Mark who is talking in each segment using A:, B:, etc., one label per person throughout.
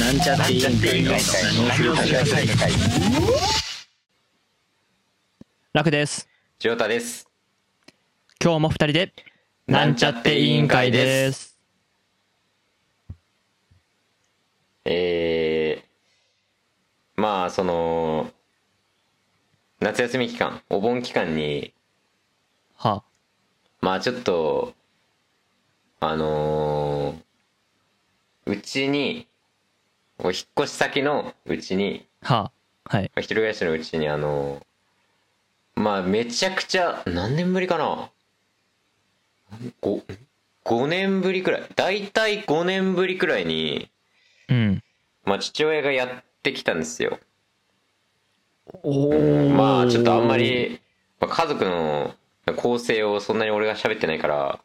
A: なんちゃって委員会の何をするか会
B: 楽です
C: ジオタです。
B: 今日も二人でなんちゃって委員会です
C: えー、まあ、その、夏休み期間、お盆期間に、
B: は
C: まあちょっと、あのーうちに、お引っ越し先のうちに、
B: あはあはい
C: まあ一人暮らしのうちに、あのーまあめちゃくちゃ、何年ぶりかな ?5、5年ぶりくらい。だいたい5年ぶりくらいに、
B: うん
C: まあ父親がやってきたんですよ。
B: お
C: まあちょっとあんまり、まあ、家族の構成をそんなに俺が喋ってないから、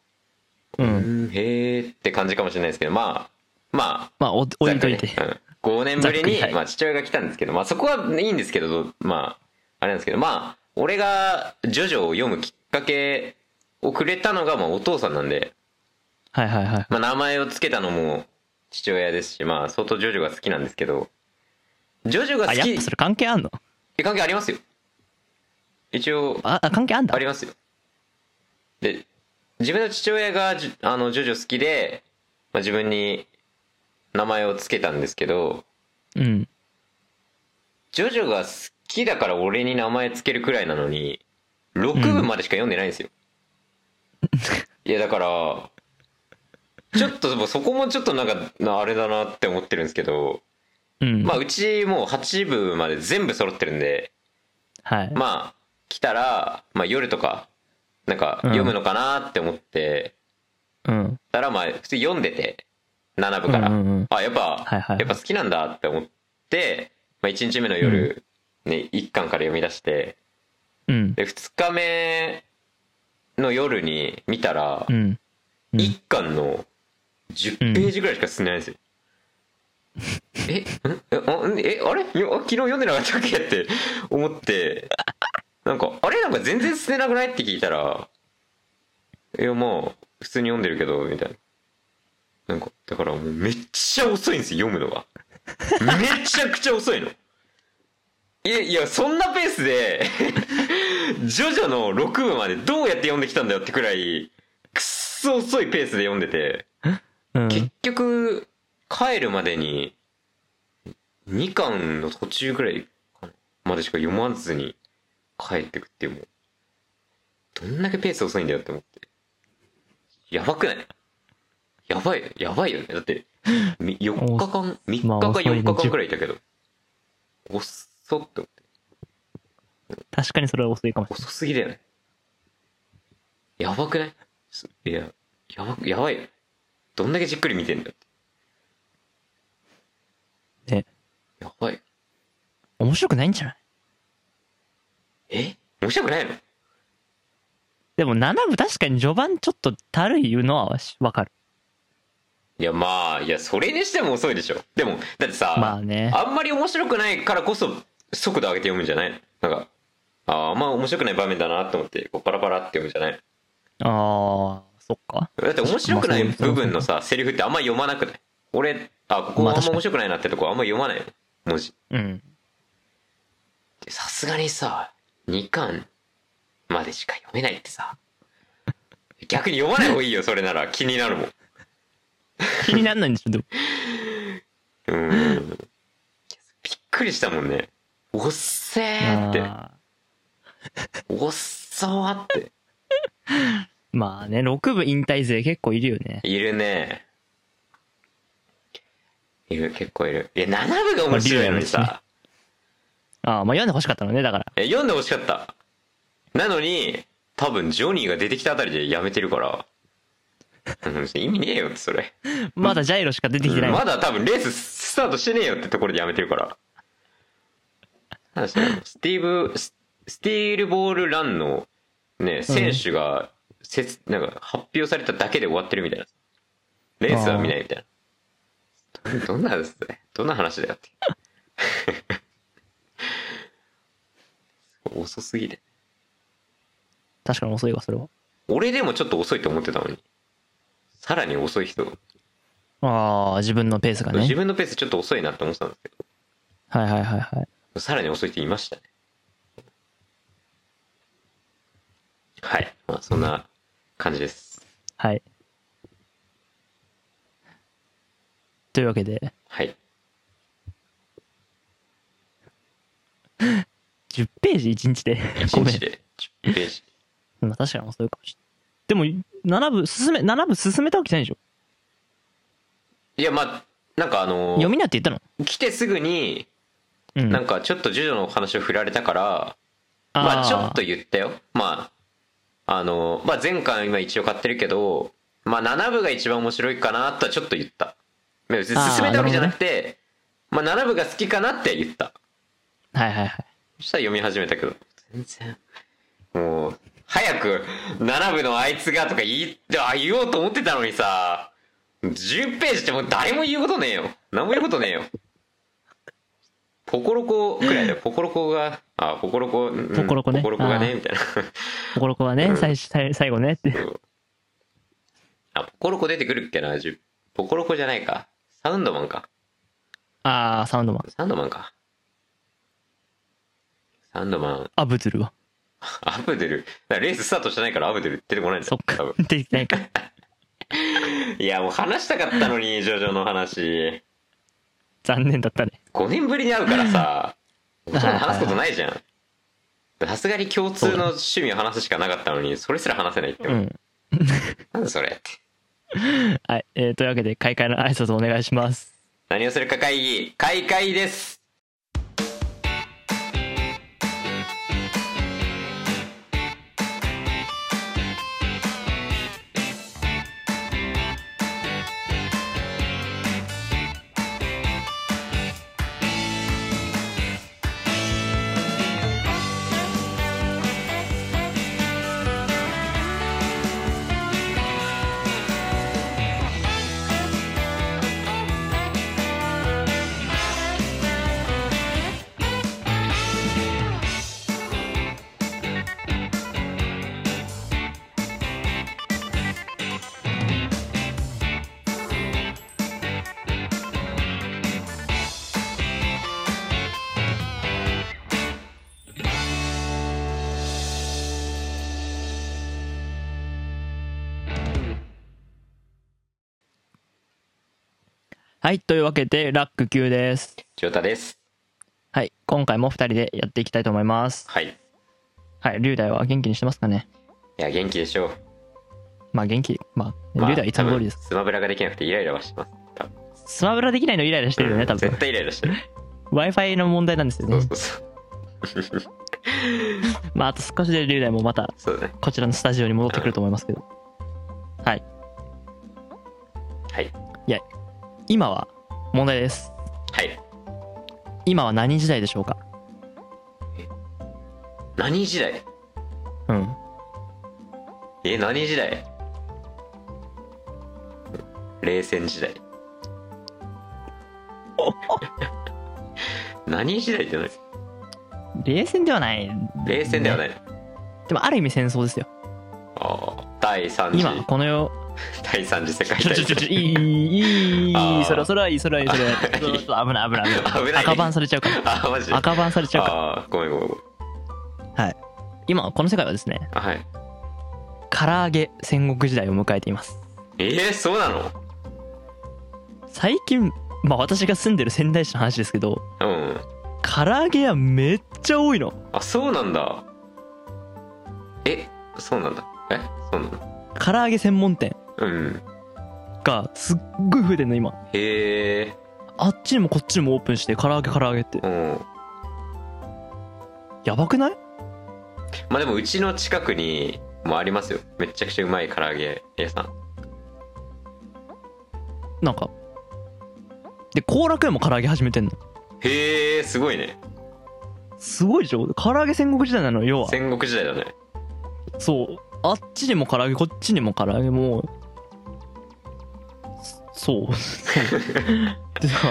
B: う
C: うんん、へーって感じかもしれないですけど、まあ、ま
B: まあお
C: あ、
B: 置いといて
C: ざっくりねうん、5年ぶ
B: ざ
C: り
B: っく
C: に
B: りはい、
C: まあ、父親が来たんですけど、まあそこはいいんですけど、まあ、あれなんですけど、まあ、俺がジョジョを読むきっかけをくれたのが、まあお父さんなんで、
B: はいはいはい
C: まあ名前をつけたのも父親ですし、まあ相当ジョジョが好きなんですけど、ジョジョが好
B: あ
C: き
B: やっぱそれ関係あんの
C: え関係ありますよ。一応、
B: ああ関係あんだ
C: ありますよ。で、自分の父親がじあの、ジョジョ好きで、まあ、自分に名前を付けたんですけど、
B: うん
C: ジョジョが好きだから俺に名前付けるくらいなのに、6部までしか読んでないんですよ。いや、だから、ちょっと、そこもちょっとなんか、なあれだなって思ってるんですけど、
B: うん
C: まあ、うちもう8部まで全部揃ってるんで、
B: はい
C: まあ、来たら、まあ夜とか、なんか読むのかなって思って、
B: うん
C: たらまあ普通に読んでて、7部から。
B: うんうんうん
C: あ、やっぱ、
B: はいはい
C: やっぱ好きなんだって思って、まあ1日目の夜、ね、1巻から読み出して、
B: うん
C: で、2日目の夜に見たら
B: う、んうん
C: 1巻の10ページぐらいしか進んでないんですよ。えんえあんえあれよあ昨日読んでなかったっけって思ってなんかあれなんか全然進んでなくないって聞いたらいやまあ普通に読んでるけどみたいななんかだからもうめっちゃ遅いんですよ読むのがめちゃくちゃ遅いのいやいやそんなペースで ジョジョの6部までどうやって読んできたんだよってくらいくっそ遅いペースで読んでて
B: うん
C: 結局帰るまでに2巻の途中ぐらいかなまでしか読まずに帰ってくっていうもうどんだけペース遅いんだよって思ってやばくないやばいやばいよねだってみ4日間3日か
B: まあ遅いね
C: 4日間くらいいたけど遅っって思って
B: 確かにそれは遅いかもし
C: 遅すぎだよねやばくないすいややばくやばいよどんだけじっくり見てんだよ
B: れないね
C: やばい
B: 面白くないんじゃない
C: え面白くないの
B: でも7部確かに序盤ちょっとたるいのはわかる
C: いやまあいやそれにしても遅いでしょでもだってさ、
B: まあね
C: あんまり面白くないからこそ速度上げて読むんじゃないのなんかあああんま面白くない場面だなと思ってこうパラパラって読むんじゃない
B: あーそっか
C: だって面白くない部分のさセリフってあんま読まなくない俺あここ
B: まあ確か
C: あんま
B: に
C: 面白くないなってとこあんま読まないの文字
B: うん
C: さすがにさ2巻までしか読めないってさ逆に読まない方がいいよそれなら気になるもん
B: 気になんないんでしょで も
C: うんびっくりしたもんねおっせーって
B: あ
C: おっそーって
B: ーまあね6部引退勢結構いるよね
C: いるねいる結構いるいや7部が面白いの
B: ま
C: に
B: あ
C: さ、
B: ああまあ読んでほしかったのねだから
C: え読んでほしかったなのに多分ジョニーが出てきたあたりでやめてるからうん意味ねえよってそれ
B: まだジャイロしか出てきてない、
C: まだ多分レーススタートしてねえよってところでやめてるからなんですかねスティーブススティールボールランのね選手がせつなんか発表されただけで終わってるみたいなレースは見ないみたいなどどんなですねどんな話だよって 遅すぎて
B: 確かに遅いわそれは
C: 俺でもちょっと遅いと思ってたのにさらに遅い人
B: ああ、自分のペースがね
C: 自。分のペースちょっと遅いなって思ってたんですけ
B: はいはいはいはい。
C: どさらに遅いって言いましたねはいまあそんな感じです
B: はい。というわけで、
C: はい
B: 10ページ1日で。
C: 1
B: ごめん
C: 日。で10ペー ジ
B: まあ確かにそういうかもしれない。でも、7部進め、7部進めたわけじゃないでしょ。
C: いやまあなんかあの
B: 読みなって言った
C: 来てすぐに
B: のうん。
C: なんかちょっとジョジョの話を振られたから、
B: あー
C: まあちょっと言ったよまああの、まあ、前回今一応買ってるけどまあ7部が一番面白いかなとはちょっと言ったまあ別に進めたわけじゃなくてまあ7部が好きかなって言った
B: はいはいはい。
C: そしたら読み始めたけど全然もう早く7部のあいつがとか言いあ言おうと思ってたのにさ10ページってもう誰も言うことねえよ何も言うことねえよポコロコくらいだよ ポコロコがあポコロコ、うん
B: ポコロコね
C: ポコロコが
B: あ
C: ね
B: ー
C: みたいな
B: 心ロコはね、最初最最後ねって。
C: あポコロコ出てくるっけな10ポコロコじゃないかサウンドマンか
B: ああ、サウンドマン。
C: サウンドマンかサウンドマン
B: アブズルは。
C: アブデルだからレーススタートしてないからアブデル出てこないんだ
B: そっ
C: 多
B: か
C: 分。
B: できてないか。
C: いやもう話したかった のにジョジョの話
B: 残念だったね。
C: 5年ぶりに会うからさほとんど話すことないじゃんさすがに共通の趣味を話すしかなかったのにそれすら話せないって、
B: うん。
C: なんだそれって
B: はい。えーというわけで、開会の挨拶お願いします。
C: 何をするか会議開会です
B: はい。というわけで、ラック9です。
C: ジョータです
B: はい。今回も2人でやっていきたいと思います。
C: はいい
B: はい。龍大は元気にしてますかね
C: や元気でしょ
B: まあ元気。まあ、
C: う、まあ
B: 龍大いつも通りです
C: 多。分スマブラができなくてイライラはしてます多分
B: スマブラできないのイライラしてるよね、多分
C: 絶。対イライラしてる
B: Wi-Fi の問題なんですよ
C: そ
B: ね
C: う。そうそう
B: まあ、あと少しで龍大もまた、
C: そうだね
B: こちらのスタジオに戻ってくると思いますけど。はい。
C: はい
B: 今は、問題です。
C: はい
B: 今は何時代でしょうか
C: 何時代
B: うん。
C: え何時代冷戦 時代何時代って何
B: 冷戦ではない。。
C: 冷戦ではないい、
B: でも、ある意味戦争ですよ。
C: ああ第3次
B: 今、この世、
C: 第3次世界
B: ちょ
C: 大
B: ちょちょ、
C: 戦
B: いい、いい、
C: あー
B: そろそろいい、そろいい、そろいい。
C: あ
B: ちょっと危ない、危ない、
C: 危
B: 危
C: な
B: ないい。赤番されちゃうから。
C: あマジ で
B: 赤番されちゃうか
C: ああごめんごめんごめん
B: ら。はい。今、この世界はですね、
C: あはい
B: 唐揚げ戦国時代を迎えています。
C: えー、そうなの
B: 最近、まあ私が住んでる仙台市の話ですけど、
C: うん
B: 唐揚げ屋めっちゃ多いの。
C: あそうなんだえそうなんだえそうなんだ
B: 唐揚げ専門店
C: うん
B: がすっごい増えてんの、今。
C: へえ
B: あっちにもこっちにもオープンして、唐揚げ唐揚げって
C: う。ん
B: やばくない
C: まあでもうちの近くにもありますよめっちゃくちゃうまい唐揚げ屋さん
B: なんか。で、後楽園も唐揚げ始めてんの。
C: へえすごいね
B: すごいでしょ唐揚げ戦国時代なの、要は。
C: 戦国時代だね
B: そうあっちにも唐揚げこっちにも唐揚げもう そそうでさ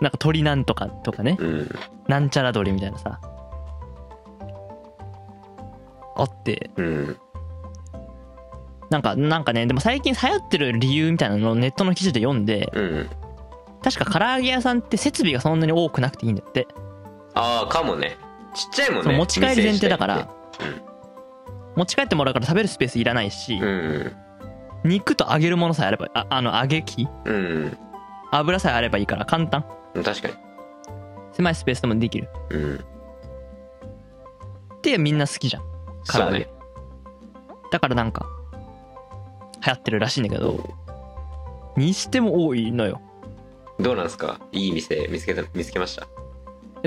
B: なんか鳥なんとかとかね
C: うん
B: なんちゃら鳥みたいなさあって
C: うん
B: なんか、なんかね、でも最近流行ってる理由みたいなのをネットの記事で読んで、
C: うん
B: 確か唐揚げ屋さんって設備がそんなに多くなくていいんだって。
C: ああかもねちっちゃいもん
B: そ
C: ね
B: の持ち帰り前提だから
C: 店自体って、
B: 持ち帰ってもらうから食べるスペースいらないし、
C: うん
B: 肉と揚げるものさえあれば、ああの、揚げ機
C: うん、
B: 油さえあればいいから簡単。
C: うん、確かに
B: 狭いスペースでもできる。
C: うん
B: ってみんな好きじゃん。唐
C: そ
B: 揚
C: う
B: げ。
C: ね
B: だからなんか、流行ってるらしいんだけど、にしても多いのよ。
C: どうなんすかいい店見つけた見つけました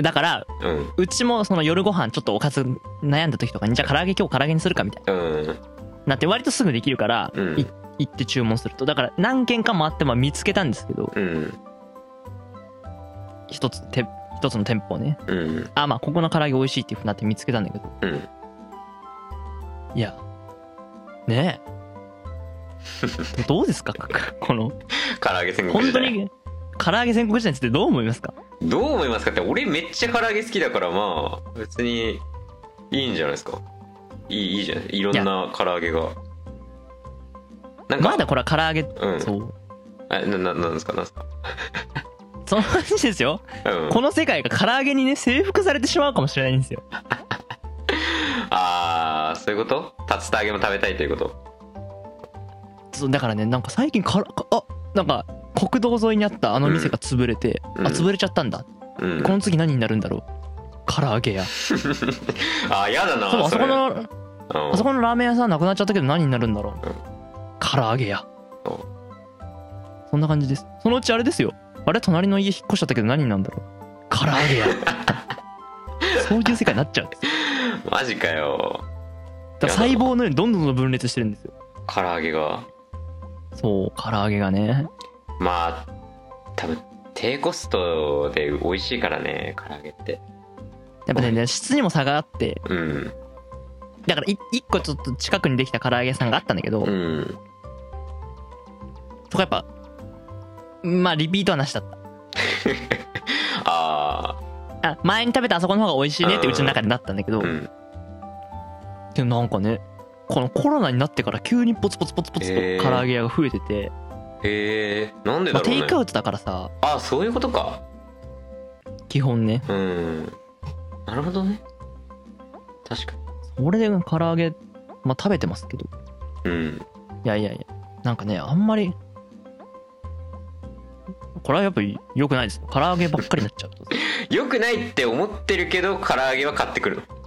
B: だから、
C: うん
B: うちもその夜ご飯ちょっとおかず悩んだ時とかに、じゃあ唐揚げ今日唐揚げにするかみたい
C: うん
B: な。なって割とすぐできるから、
C: うん
B: い行って注文すると。だから何軒かもあってまあ見つけたんですけど、
C: うん
B: 一つて、一つの店舗をね。
C: うん
B: あ、まあここの唐揚げ美味しいっていうふうになって見つけたんだけど、
C: うん
B: いや、ねえ。 どうですかこの、
C: 唐揚げ戦国
B: 本
C: 時
B: 当
C: 代
B: に、唐揚げ戦国時代についてどう思いますか
C: どう思いますかって俺めっちゃ唐揚げ好きだからまあ別にいいんじゃないですかいいいいじゃないいろんな唐揚げがなんか
B: まだこれは唐揚げ、
C: うん
B: そう。
C: あなななんですかなんですか
B: その話ですよ。
C: うん
B: この世界が唐揚げにね、征服されてしまうかもしれないんですよ。
C: ああそういうこと竜田揚げも食べたいということ
B: そうだからねなんか最近からかあなんか国道沿いにあったあの店が潰れて、
C: うん
B: あ潰れちゃったんだ、
C: うん
B: この次何になるんだろう唐揚げ屋
C: あーやだ
B: そう
C: な
B: あそこ
C: れ
B: の
C: うん
B: あそこのラーメン屋さんなくなっちゃったけど何になるんだろう、
C: うん
B: 唐揚げ屋
C: そう
B: そんな感じですそのうちあれですよあれ隣の家引っ越しちゃったけど何になるんだろう唐揚げ屋 そういう世界になっちゃうんですよ
C: マジかよ
B: だから細胞のようにどんどんどんどん分裂してるんですよ
C: 唐揚げが
B: そう唐揚げがね
C: まあ多分低コストで美味しいからね唐揚げって
B: やっぱねね質にも差があって
C: うん
B: だからい一個ちょっと近くにできた唐揚げ屋さんがあったんだけど、
C: うん
B: そこやっぱまあリピートはなしだっ
C: あ
B: たあ前に食べたあそこの方が美味しいねって
C: うん
B: うちの中でなったんだけど、
C: あうん
B: でもなんかねこのコロナになってから急にポツポツポツポツと
C: へー
B: 唐揚げ屋が増えてて、
C: へえなんで
B: ま
C: だ
B: あ、
C: ろう
B: テ
C: ね
B: イクアウトだからさ
C: ああそういうことか
B: 基本ね
C: うんなるほどね確か
B: 俺で唐揚げ、まあ、食べてますけど
C: にうん
B: いやいやいやなんかねあんまりこれはやっぱ良くないです唐揚げばっかりになっちゃうと
C: よくないって思ってるけど唐揚げは買ってくるの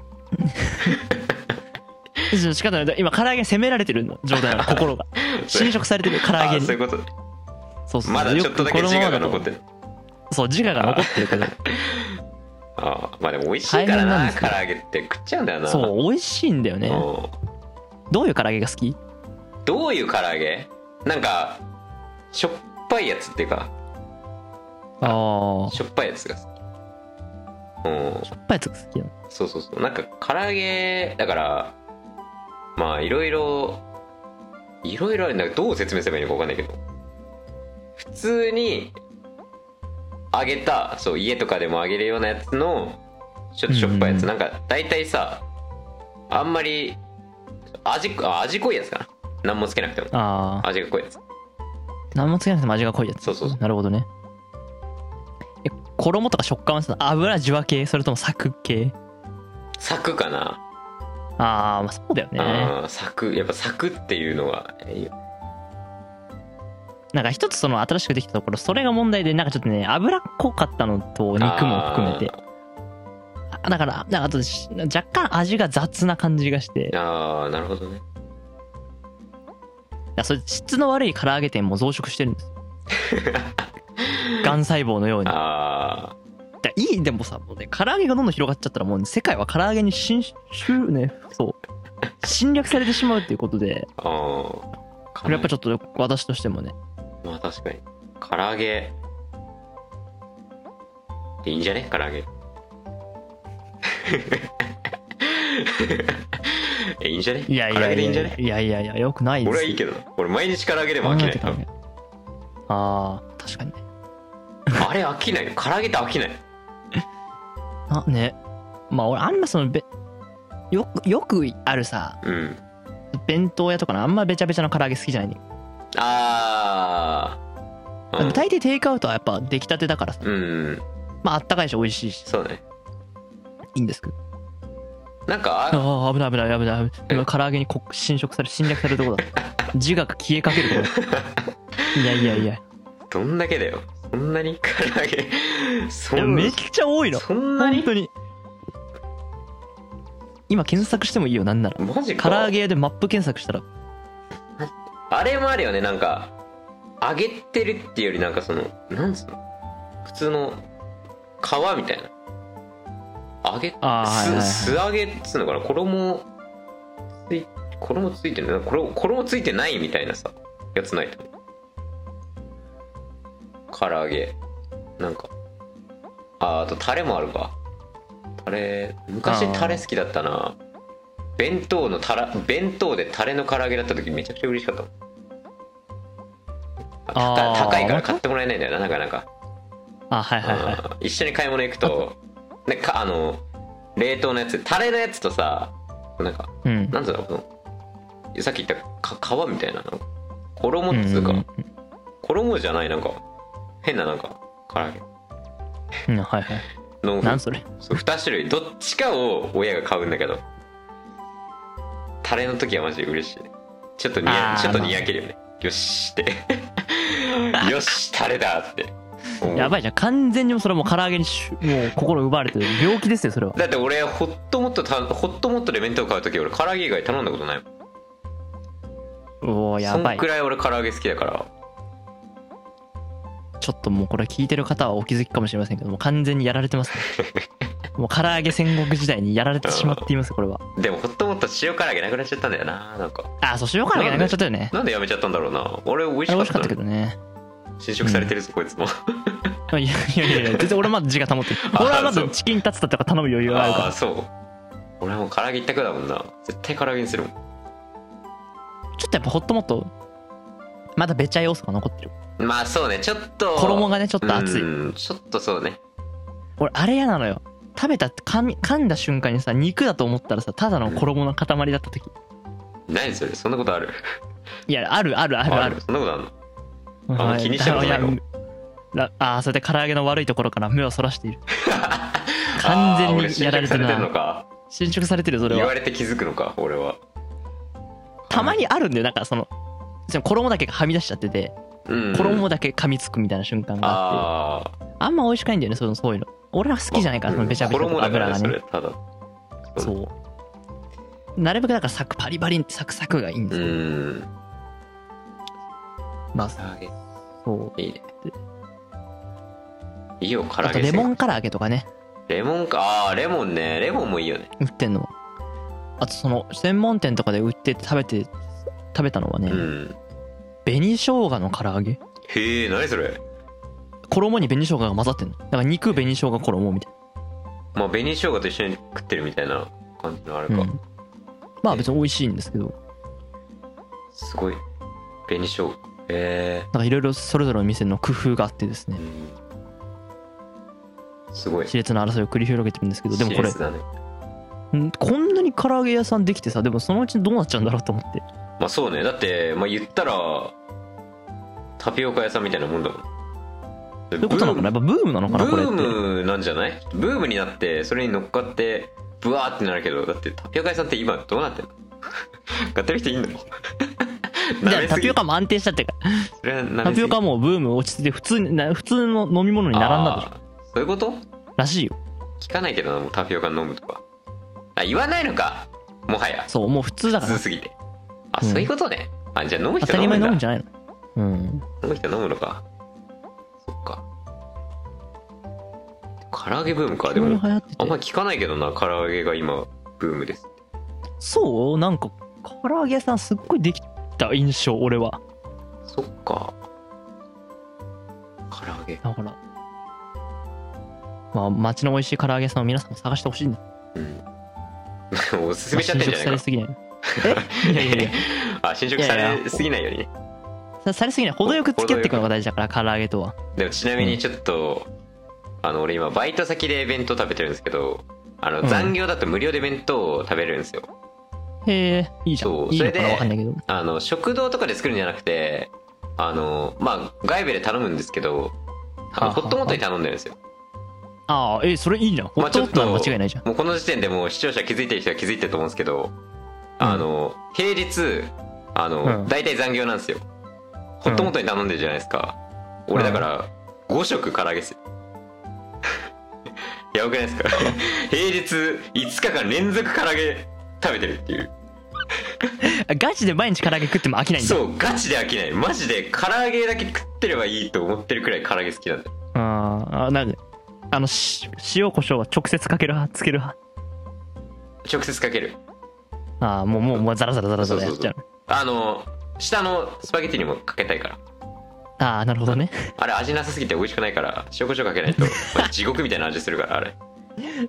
B: 仕方ない今唐揚げに責められてるの状 態なの心が侵食されてる唐揚
C: あ
B: げ
C: あ
B: に
C: そういうこと
B: そうそう
C: まだちょっとだけ
B: よくこ
C: 自
B: のままだと
C: 我が残ってる
B: そう自我が残ってる けど
C: ああまあでも美味しいから
B: 大変なん
C: な
B: です
C: 唐
B: ね
C: 揚げって食っちゃうんだよな
B: そう美味しいんだよね
C: うん
B: どういう唐揚げが好き
C: どういう唐揚げなんかしょっぱいやつっていうか
B: ああ
C: しょっぱいやつが好きうん
B: しょっぱいやつが好きなの
C: そうそうそうなんか唐揚げだからまあいろいろいろいろあるんだけどどう説明すればいいのか分かんないけど普通に揚げたそう家とかでも揚げるようなやつのちょっとしょっぱいやつ、
B: うん
C: なんか大体さあんまり味あ味濃いやつかな何もつけなくても
B: ああ
C: 味が濃いやつ
B: 何もつけなくても味が濃いやつ
C: そうそうそう
B: なるほどねえ衣とか食感はさ油じゅわ系それともサク系
C: サクかな
B: ああまあそうだよね
C: ああサクやっぱサクっていうのがえー
B: なんか一つその新しくできたところそれが問題でなんかちょっとね油っこかったのと肉も含めてあだからなんかあとし若干味が雑な感じがして
C: あーなるほどね
B: いやそれ質の悪い唐揚げ店も増殖してるん ですよがん細胞のようにだか
C: あ
B: らいいでもさもうね唐揚げがどんどん広がっちゃったらもうね、世界は唐揚げに侵襲ねそう侵略されてしまうっていうことで
C: ーあ
B: こ
C: あ
B: れやっぱちょっと私としてもね
C: まあ確かに唐揚げでいいんじゃね唐揚げ えいいんじゃね
B: いやい
C: 唐揚
B: やい
C: げでいいんじゃ
B: や
C: ね
B: いやいやいやよくないです
C: 俺はいいけどな俺毎日唐揚げでも飽きない
B: 考えて考えてあー確かにね
C: あれ飽きない唐揚げって飽きない
B: あねまあ俺あんまそのべよくよくあるさ
C: うん
B: 弁当屋とかのあんまべちゃべちゃの唐揚げ好きじゃないね、
C: ああ
B: でも大抵テイクアウトはやっぱ出来たてだからさ
C: うん
B: まああったかいし美味しいし
C: そうね
B: いいんですけど
C: なんかあ
B: ああ危ない危ない危ない危ない今唐揚げにこ侵食され侵略されるとこだ自我が消えかけるとこだいやいやいや
C: どんだけだよそんなに唐揚げそ
B: いや
C: んな
B: めちゃくちゃ多いの
C: そんな
B: 本
C: に
B: 当に今検索してもいいよなんなら
C: マジ
B: 唐
C: か
B: 揚げ屋でマップ検索したら
C: あれもあるよねなんか揚げてるっていうよりなんかそのなんつうの普通の皮みたいな揚げ
B: あーはいはいはい
C: す素揚げっつうのかな衣つい衣ついてるなんか衣衣ついてないみたいなさやつないと唐揚げなんかあーあとタレもあるかタレ昔タレ好きだったな弁当のたら弁当でタレの唐揚げだった時めちゃくちゃ嬉しかったもん
B: あー
C: 高高いか
B: わ
C: ら
B: か
C: 買ってもらえないんだよななかなか、
B: あはいはいはい
C: うん一緒に買い物行くとねかあの冷凍のやつタレのやつとさなんか
B: うん
C: なんつうのこのさっき言ったか皮みたいななんか衣っつうか、
B: うん
C: 衣じゃないなんか変ななんか唐揚げ
B: うんうんはいはい
C: の
B: なんそれ
C: そう2種類どっちかを親が買うんだけどタレの時はマジ嬉しいねちょっとにや
B: あー
C: ちょっとにやけるよね、よしって よしタレだって思う
B: やばいじゃん完全にもうそれはもう唐揚げにしもう心奪われてる病気ですよそれは
C: だって俺ホットモットたホットモットで弁当買う時俺唐揚げ以外頼んだことないもん
B: おおやば
C: そん
B: い
C: くらい俺唐揚げ好きだから
B: ちょっともうこれ聞いてる方はお気づきかもしれませんけども完全にやられて ますねもう唐揚げ戦国時代にやられてしまっていますこれは
C: でもホットモット塩唐揚げなくなっちゃったんだよななんか
B: あそう塩唐揚げなくなっちゃったよね
C: なんでやめちゃったんだろうな俺美味し
B: あれ美
C: かっ
B: 味したかっ
C: の
B: たけど
C: に
B: ね
C: 侵食されてるぞ、こいつも
B: いやいやいやいや全然俺 まだ字が保ってる俺はま
C: そ
B: だ
C: う
B: チキンタツタとか頼む余裕がある
C: あ
B: か
C: あそう俺はもう唐揚げ一択だもんな絶対唐揚げにするもん
B: らちょっとやっぱほっともっとまだべちゃ要素が残ってる
C: まあそうねちょっと
B: 衣がねちょっと熱い
C: うんちょっとそうね
B: 俺あれ嫌なのよ食べた噛み噛んだ瞬間にさ肉だと思ったらさただの衣の塊だった時
C: 何それそんなことある
B: いやあるあるあるある
C: そんなことあるのあ
B: はい
C: 気にしたことないの
B: らあーそれで唐揚げの悪いところから目をそら している完全
C: あー俺
B: に
C: 侵
B: やら
C: 食
B: れ
C: さ
B: て
C: れ
B: る
C: てるの
B: な
C: か
B: 侵食されてるそれ
C: 言
B: は
C: われて気づくのか俺は
B: たまにあるんだよなんかそのその衣だけがはみ出しちゃってて
C: うん
B: 衣だけ噛みつくみたいな瞬間があって
C: ああ
B: あんま美味しくないんだよねそのそういうの俺ら好きじゃないからそのべちゃべちゃ
C: 衣
B: と
C: だか
B: 油
C: ら
B: が
C: ねそ
B: ね
C: れただそ
B: そうなるべくだからサクパリパリンってサクサクがいいんで
C: う
B: すよ、
C: ん
B: まあ
C: 唐揚げ
B: そう
C: いいねいいよ唐揚
B: あ
C: げ
B: とレモン唐揚げとかね
C: レモンかああレモンねレモンもいいよね
B: 売ってんのはあとその専門店とかで売ってて食べて食べたのはね、
C: うん
B: 紅生姜の唐揚げ
C: へえ何それ
B: 衣に紅生姜が混ざってんのだから肉紅生姜衣みたい
C: まあ紅生姜と一緒に食ってるみたいな感じのあれか、
B: な、うん、まあ別に美味しいんですけど
C: すごい紅生姜へ
B: なんかいろいろそれぞれの店の工夫があってです
C: え
B: ね
C: うんすごい
B: 熾烈な争いを繰り広げてるんですけどでもこれ
C: 熾烈だね
B: んこんなに唐揚げ屋さんできてさでもそのうちどうなっちゃうんだろうと思って
C: まあそうねだって、まあ、言ったらタピオカ屋さんみたいなもんだもんそう
B: そういうことなのかなやっぱブームなの
C: ブ
B: かなこれっ
C: ー
B: て
C: ムなんじゃないブームになってそれに乗っかってブワーってなるけどだってタピオカ屋さんって今どうなってんの 買ってる人いんの
B: じ ゃあタピオ
C: カ
B: カも安定したっていうかタピオカはもうブーム落ち着いて普通にな普通の飲み物に並んだんでしょ
C: そういうこと
B: らしいよ
C: 聞かないけどなもうタピオカ飲むとかあ言わないのかもはや
B: そうもう普通だか
C: 普通
B: ら
C: すぎてあ、
B: うん
C: そういうことねあじゃあ飲む
B: 当
C: 人
B: たり
C: 飲む
B: 前に飲む
C: んだ
B: ん
C: 飲
B: じゃないのうん
C: む人飲むのかそっか唐揚げブームかで
B: 急に
C: も
B: 流行って
C: あんま
B: て
C: り聞かないけどな唐揚げが今ブームです
B: そうなんか唐揚げ屋さんすっごいできた印象俺は
C: そっか唐揚げ
B: だからまあ町の美味しい唐揚げ屋さんを皆さんも探してほしいんだ
C: うん おすすめちゃってんじゃない
B: され
C: か
B: すぎないえい やいやいや
C: あ侵食されすぎないよ うにね
B: さされすぎない程よく付き合っていくのが大事だから唐揚げとは
C: でもちなみにちょっと、あの俺今バイト先で弁当食べてるんですけどあの
B: うん
C: 残業だと無料で弁当を食べれるんですよ、
B: へえ、いいじゃん
C: そ。う
B: いい
C: それ
B: の
C: で
B: かなわかんないけど。
C: あの食堂とかで作るんじゃなくてあのまあ外部で頼むんですけどあの
B: はあ
C: ホットモットに頼んでるんですよ
B: ああ、え、それいいじゃん。ホ
C: まあ
B: ットホットなの間違いないじゃん。
C: もうこの時点でもう視聴者気づいてる人は気づいてると思うんですけど、あの平日あの、
B: うん
C: 大体残業なんですよホットモットに頼んでるじゃないですか、俺だから5食唐揚げっすよ やばくな いですか平日5日間連続唐揚げ食べてるっていう
B: あガチで毎日唐揚げ食っても飽きないんだ。
C: そうガチで飽きないマジで唐揚げだけ食ってればいいと思ってるくらい唐揚げ好きなんだよ
B: あーあ、なんで。あの、し塩、胡椒は直接かける派、つける派。
C: 直接かける
B: ああ、もう、もう、もう、ザラザラザラザラやっちゃう。
C: あの下のスパゲティにもかけたいから
B: ああ、なるほどね。
C: あれ味なさすぎて美味しくないから塩コショウか けないとまあ地獄みたいな味するからあれ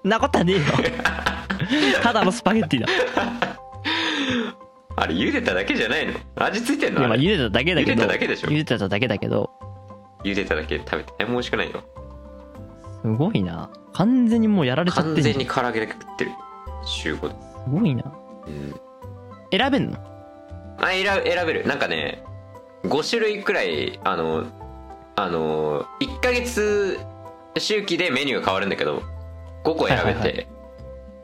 B: なことはねえよ。 ただのスパゲッティだ。
C: あれ茹でただけじゃないの味ついてん
B: い
C: の
B: や
C: あ
B: まあ
C: れ
B: 茹でただけだけど
C: 茹でただけでしょ
B: 茹でただけだけど
C: 茹でただけで食べて何も美味しくないよ
B: すごいな完全にもうやられちゃっ
C: 完
B: てんじゃ
C: 全
B: んす
C: に唐揚げだけ食ってる週5
B: ごいな
C: うん
B: 選べんの
C: あ選選べるなんかね5種類くらいあのあの1ヶ月周期でメニューが変わるんだけど5個選べ
B: はいはいは
C: て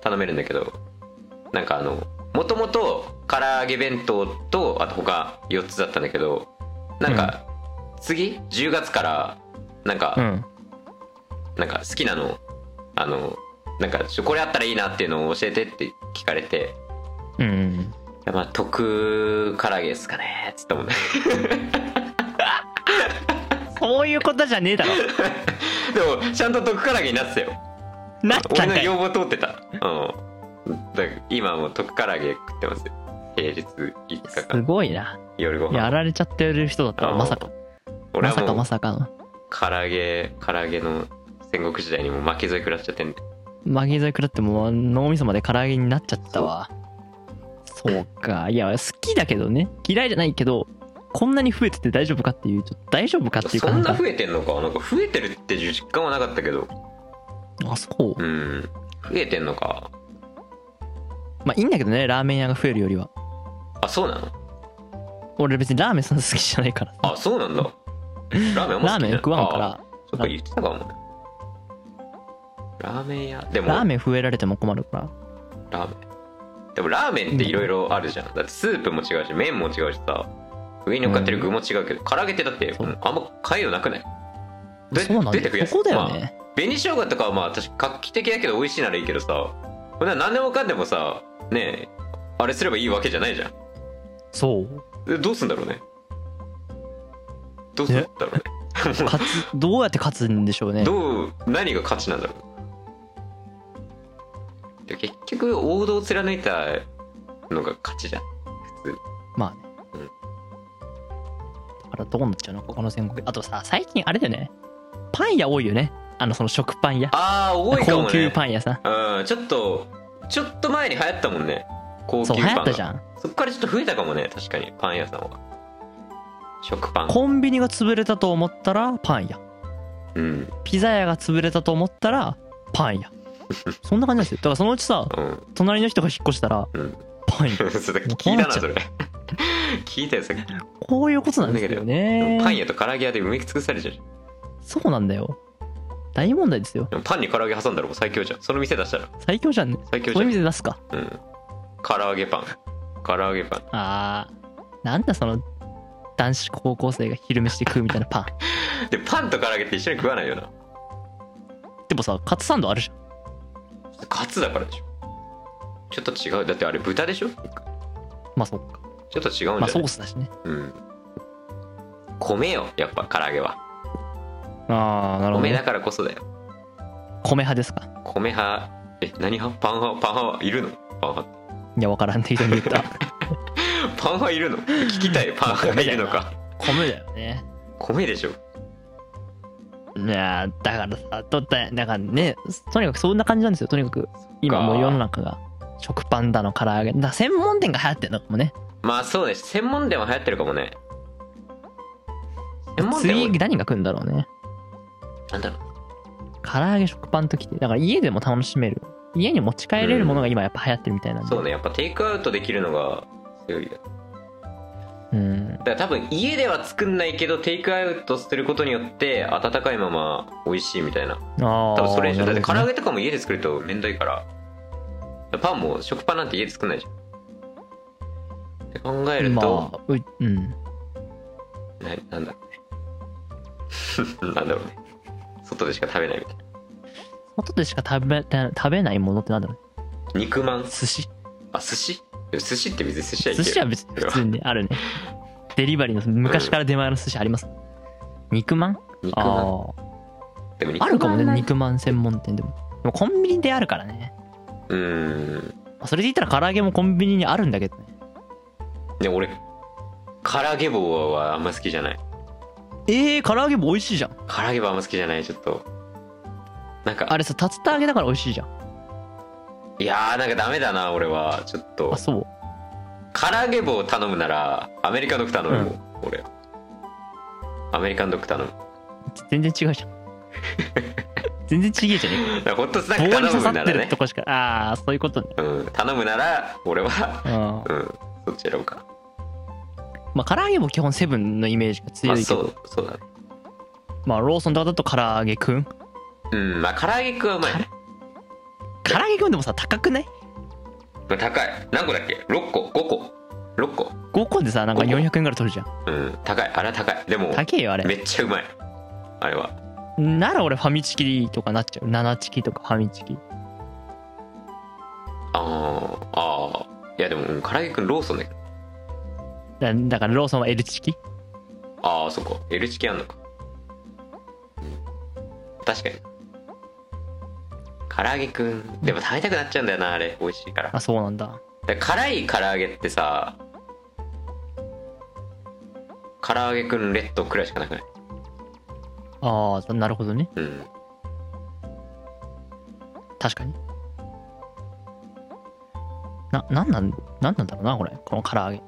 C: 頼めるんだけど、なんかあのもともと唐揚げ弁当とあと他4つだったんだけどなんか、次10月からなんか、
B: うん
C: なんか好きなのあのなんかちょこれあったらいいなっていうのを教えてって聞かれて
B: うん
C: まあ、特唐揚げですかねつったもんね
B: そういうことじゃねえだろ
C: でもちゃんと特唐揚げになってたよ
B: なった
C: 俺
B: ん
C: の
B: かい
C: 要望通ってたうんだから今はもう特唐揚げ食ってますよ平日5日
B: す
C: 間
B: ごいな
C: 夜ご飯
B: やられちゃってる人だったらまさか
C: 俺
B: ま
C: は
B: さか
C: も
B: ま
C: う
B: さか
C: 唐揚げ唐揚げの戦国時代にもう負け添え食らっちゃってんで
B: の負け添え食らってもう脳みそまで唐揚げになっちゃったわそうかいや好きだけどね嫌いじゃないけどこんなに増えてて大丈夫かっていうちょっと大丈夫かっていうか
C: そんな
B: か
C: 増えてんのかなんか増えてるっていう実感はなかったけど
B: あそう
C: うん増えてんのか
B: まあいいんだけどねラーメン屋が増えるよりは
C: あそうなの
B: 俺別にラーメンそんな好きじゃないから
C: あそうなんだラーメンあんま好きじゃない
B: ラーメン食わんか
C: あ
B: ら
C: そっか言ってたかもねラーメン屋でも
B: ラーメン増えられても困るから
C: ラーメンでもラーメンっていろいろあるじゃんだってスープも違うし麺も違うしさ上に乗っかってる具も違うけど、唐揚げってだって
B: そう
C: うんあんま買えようなくないどうやって
B: そうなんだ
C: どうやって増や
B: よ
C: す
B: ここだよね、
C: 紅生姜とかはまあ私画期的だけど美味しいならいいけどさこんな何でもかんでもさねえあれすればいいわけじゃないじゃん
B: そう
C: えどうすんだろうねどうすんだろうね
B: 勝つどうやって勝つんでしょうね
C: どう何が価値なんだろうで結局王道を貫いたのが勝ちじゃん普通
B: まあね
C: うん
B: だからどうなっちゃうのこの戦国あとさ最近あれだよねパン屋多いよねあのその食パン屋
C: ああ多いかもね
B: 高級パン屋さん
C: うんちょっとちょっと前に流行ったもんね高級
B: そう
C: パン
B: 流
C: が
B: 行ったじゃん
C: そっからちょっと増えたかもね確かにパン屋さんは食パン
B: コンビニが潰れたと思ったらパン屋
C: うん
B: ピザ屋が潰れたと思ったらパン屋そんな感じなんですよだからそのうちさ
C: うん
B: 隣の人が引っ越したら
C: うん
B: パン屋
C: それ聞い
B: もう困っちゃ
C: たな
B: う
C: それ 聞いたよさっき
B: こういうことなんですよね
C: パン屋と唐揚げ屋で埋め尽くされちゃうじゃん
B: そうなんだよ大問題ですよ
C: でもパンに唐揚げ挟んだらもう最強じゃんその店出したら
B: 最強じゃんね
C: 最強じ
B: そう
C: ゃ
B: い
C: ん
B: う店出すか
C: うん。唐揚げパン。唐揚げパン。
B: あーなんだその男子高校生が昼飯で食うみたいな パン
C: で、パンと唐揚げって一緒に食わないよな。
B: でもさカツサンドあるじゃん
C: カツだからでしょ。ちょっと違う。だってあれ豚でしょ
B: まあそうか
C: ちょっと違うん
B: まあソ
C: じゃない、
B: ースだしね
C: うん。米よ、やっぱ唐揚げは。
B: ああな
C: 米だからこそだよ。
B: 米派ですか
C: 米派、え、何派パン派パン派はいるのパン派。
B: いやわからん適当に言った
C: パン派いるの聞 きたい。パン派がいるのか。
B: 米だよね
C: 米でしょ。
B: いやーだからさとったなんかねとにかくそんな感じなんですよとにかく今もう世の中が食パンだの唐揚げだから専門店が流行ってるのかもね
C: まあそうです。専門店は流行ってるかもね。専門
B: 次
C: 店も
B: 何が来るんだろうね
C: なんだろう。
B: 唐揚げ食パンときてだから家でも楽しめる家に持ち帰れるものが今やっぱ流行ってるみたいなんで
C: そうねやっぱテイクアウトできるのが強いよ
B: うん
C: だから多分家では作んないけどテイクアウトすることによって温かいまま美味しいみたいな
B: ああ
C: 多分それ以上だって唐揚
B: げ
C: げとかも家で作るとめんどいからパンも食パンなんて家で作んないじゃんって考えると、
B: まあううん
C: ななんだろうねなんだろうね外でしか食べないみたいな
B: 外でしか食べ食べないものってなんだろう
C: 肉まん
B: 寿司
C: あ寿司寿司って別に寿司はいけ
B: 寿
C: る
B: 司は別に普通にねあるねデリバリーの昔から出前の寿司あります、肉まん
C: 肉まん
B: ああ
C: でも肉ま
B: あ
C: ん
B: るかもね肉まん専門店でもでもコンビニであるからね
C: うーん
B: まあそれで言ったら唐揚げもコンビニにあるんだけどね
C: でも俺唐揚げ棒はあんま好きじゃない
B: えー、唐揚げも美味しいじゃん
C: 唐揚げ棒あんま好きじゃないちょっとなんか
B: あれさ竜田揚げだから美味しいじゃん
C: いやーなんかダメだな俺はちょっと
B: あそう
C: 唐揚げ棒頼むならアメリカンドッグ頼むよ、俺アメリカンドッグ頼む
B: 全然違うじゃん 全然違えじゃね
C: だからホットスナ
B: えか棒
C: ッ
B: に
C: ク
B: 刺
C: 頼
B: さ
C: む
B: っ
C: な
B: て
C: ら
B: る
C: ね
B: と、こしかああそういうことね
C: うん、頼むなら俺は
B: うん
C: うんそっち選ぶかな
B: まあ唐揚げも基本セブンのイメージが
C: ま
B: 強
C: あ
B: いけ
C: そ
B: ど
C: うそうだね
B: まあローソンとかだと唐揚げくん
C: うんまあ唐揚げくんはうまい、ね
B: 唐揚げくんでもさ高くない
C: まあ、高い何個だっけ6個5個6個
B: 5個でさなんか400円ぐらい取るじゃん
C: うん高いあれは高いでも
B: 高えよあ
C: め
B: れ
C: っちゃうまいあれは
B: なら俺ファミチキとかなっちゃう7チキとかファミチキ
C: あーあーいやでもうん唐揚げくんローソンだけど
B: だだからローソンは L チキ
C: ああそっか L チキあんのかうん確かに唐揚げくんでも食べたくなっちゃうんだよなあれ美味しいから
B: あそうなんだ
C: で辛い唐揚げってさ唐揚げくんレッドくらいしかなくない
B: ああなるほどね
C: うん
B: 確かにななんなんなんなんだろうなこれこの唐揚げ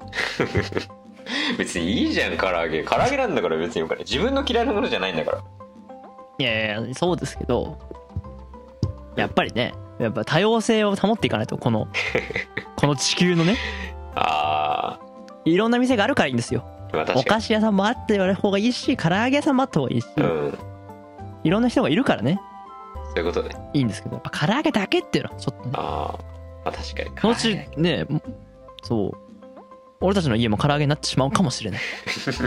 C: 別にいいじゃん唐揚げ唐揚げなんだから別によくない自分の嫌いなものじゃないんだから
B: いやいやそうですけどやっぱりねやっぱ多様性を保っていかないと このこの地球のね
C: あ
B: いろんな店があるからいいんですよ
C: ーまあ
B: お
C: 確か
B: 菓子屋さんもあってやる方がいいし唐揚げ屋さんもあった方がいいし、
C: にうん
B: いろんな人がいるからね
C: そういうことね
B: いいんですけどやっぱ唐揚げだけっていうのはちょっとね
C: あーまあ確かに
B: そのうちねそう俺たちの家も唐揚げになってしまうかもしれない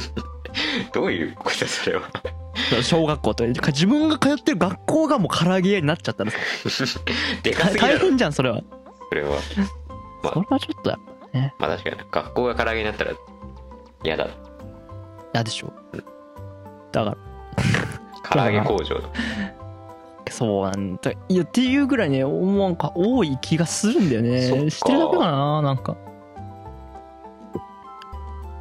C: どういうことだそ れは
B: 小学校とか自分が通ってる学校がもう唐揚げ屋になっちゃったらさ
C: でかすぎだ
B: 大
C: ろ
B: 変じゃんそれは
C: それはまあ
B: それはちょっとやっぱね
C: まあ確かに学校が唐揚げになったら嫌だ
B: 嫌でしょだから
C: 唐揚げ工場
B: そうなんだいやっていうぐらいねおなんか多い気がするんだよ
C: そっか
B: ね知ってるだけかななんか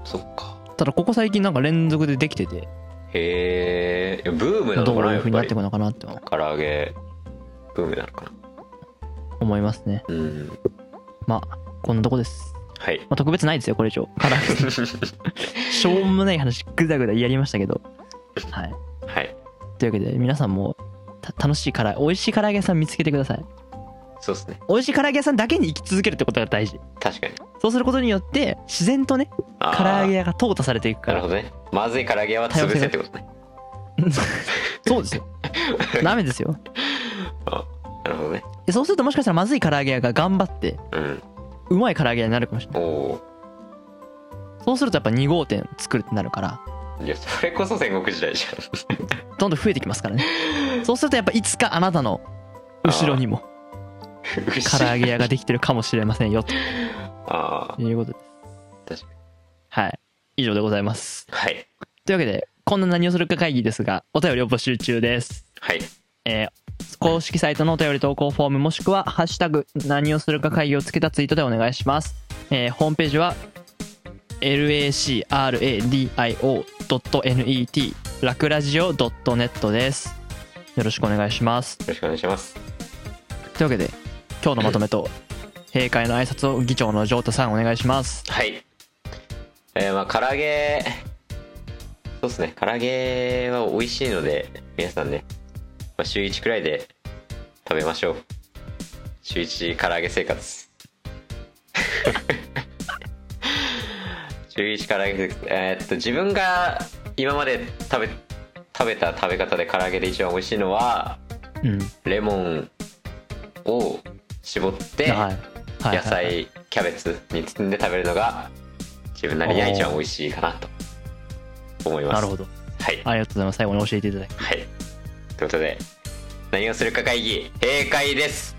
C: そっか
B: ただここ最近なんか連続でできてて
C: へえブームなの
B: ど
C: か
B: う
C: な
B: いう
C: やっ
B: 風に
C: ぱ
B: なって
C: り
B: いくのかなって
C: 唐揚げブームなのかな
B: 思いますね
C: うん
B: まあこんなとこです、
C: はい
B: まあ、特別ないですよこれ以上唐揚げ しょうもない話ぐだぐだやりましたけどはい
C: はい
B: というわけで皆さんもた楽しいから美味しい唐揚げ屋さん見つけてください
C: そうっすね
B: 美味しい唐揚げ屋さんだけに生き続けるってことが大事
C: 確かに
B: そうすることによって自然とね
C: あ
B: 唐
C: ー
B: 揚げ屋が淘汰されていくか
C: なる
B: ら
C: ほどねまずい唐揚げ屋は潰せってことね
B: そうですよダメですよ
C: なるほどね
B: でそうするともしかしたらまずい唐揚げ屋が頑張って
C: うん
B: うまい唐揚げ屋になるかもしれな
C: お
B: い
C: お
B: そうするとやっぱ2号店作るってなるから
C: ーいやそれこそ戦国時代じゃ
B: どんどん増えてきますからねそうするとやっぱいつかあなたの後ろにも
C: ん牛
B: 唐揚げ屋ができてるかもしれませんよと
C: ああ
B: いうことです
C: 確かに
B: はい以上でございます
C: はい
B: というわけでこんな何をするか会議ですがお便りを募集中です
C: はい
B: えー公式サイトのお便り投稿フォームもしくは「ハッシュタグ何をするか会議」をつけたツイートでお願いします、えーホームページは lacradio.net 楽ラジオ .net ですよろしくお願いします
C: よろしくお願いします
B: というわけで今日のまとめと閉会の挨拶を議長の城太さんお願いします
C: はい。えー、まあ、唐揚げ、そうですね、唐揚げは美味しいので、皆さんね、まあ、週1くらいで食べましょう。週一唐揚げ生活 週一唐揚げ生活えーっと自分が今まで食べ食べた食べ方で唐揚げで一番美味しいのは
B: うん
C: レモンを絞って
B: はいはい
C: 野菜キャベツに包んで食べるのが自分なりには一番美味しいかなと思いま
B: な
C: す
B: るほど
C: はい
B: ありがとうございます最後に教えていただき
C: はいということで何をするか会議閉会です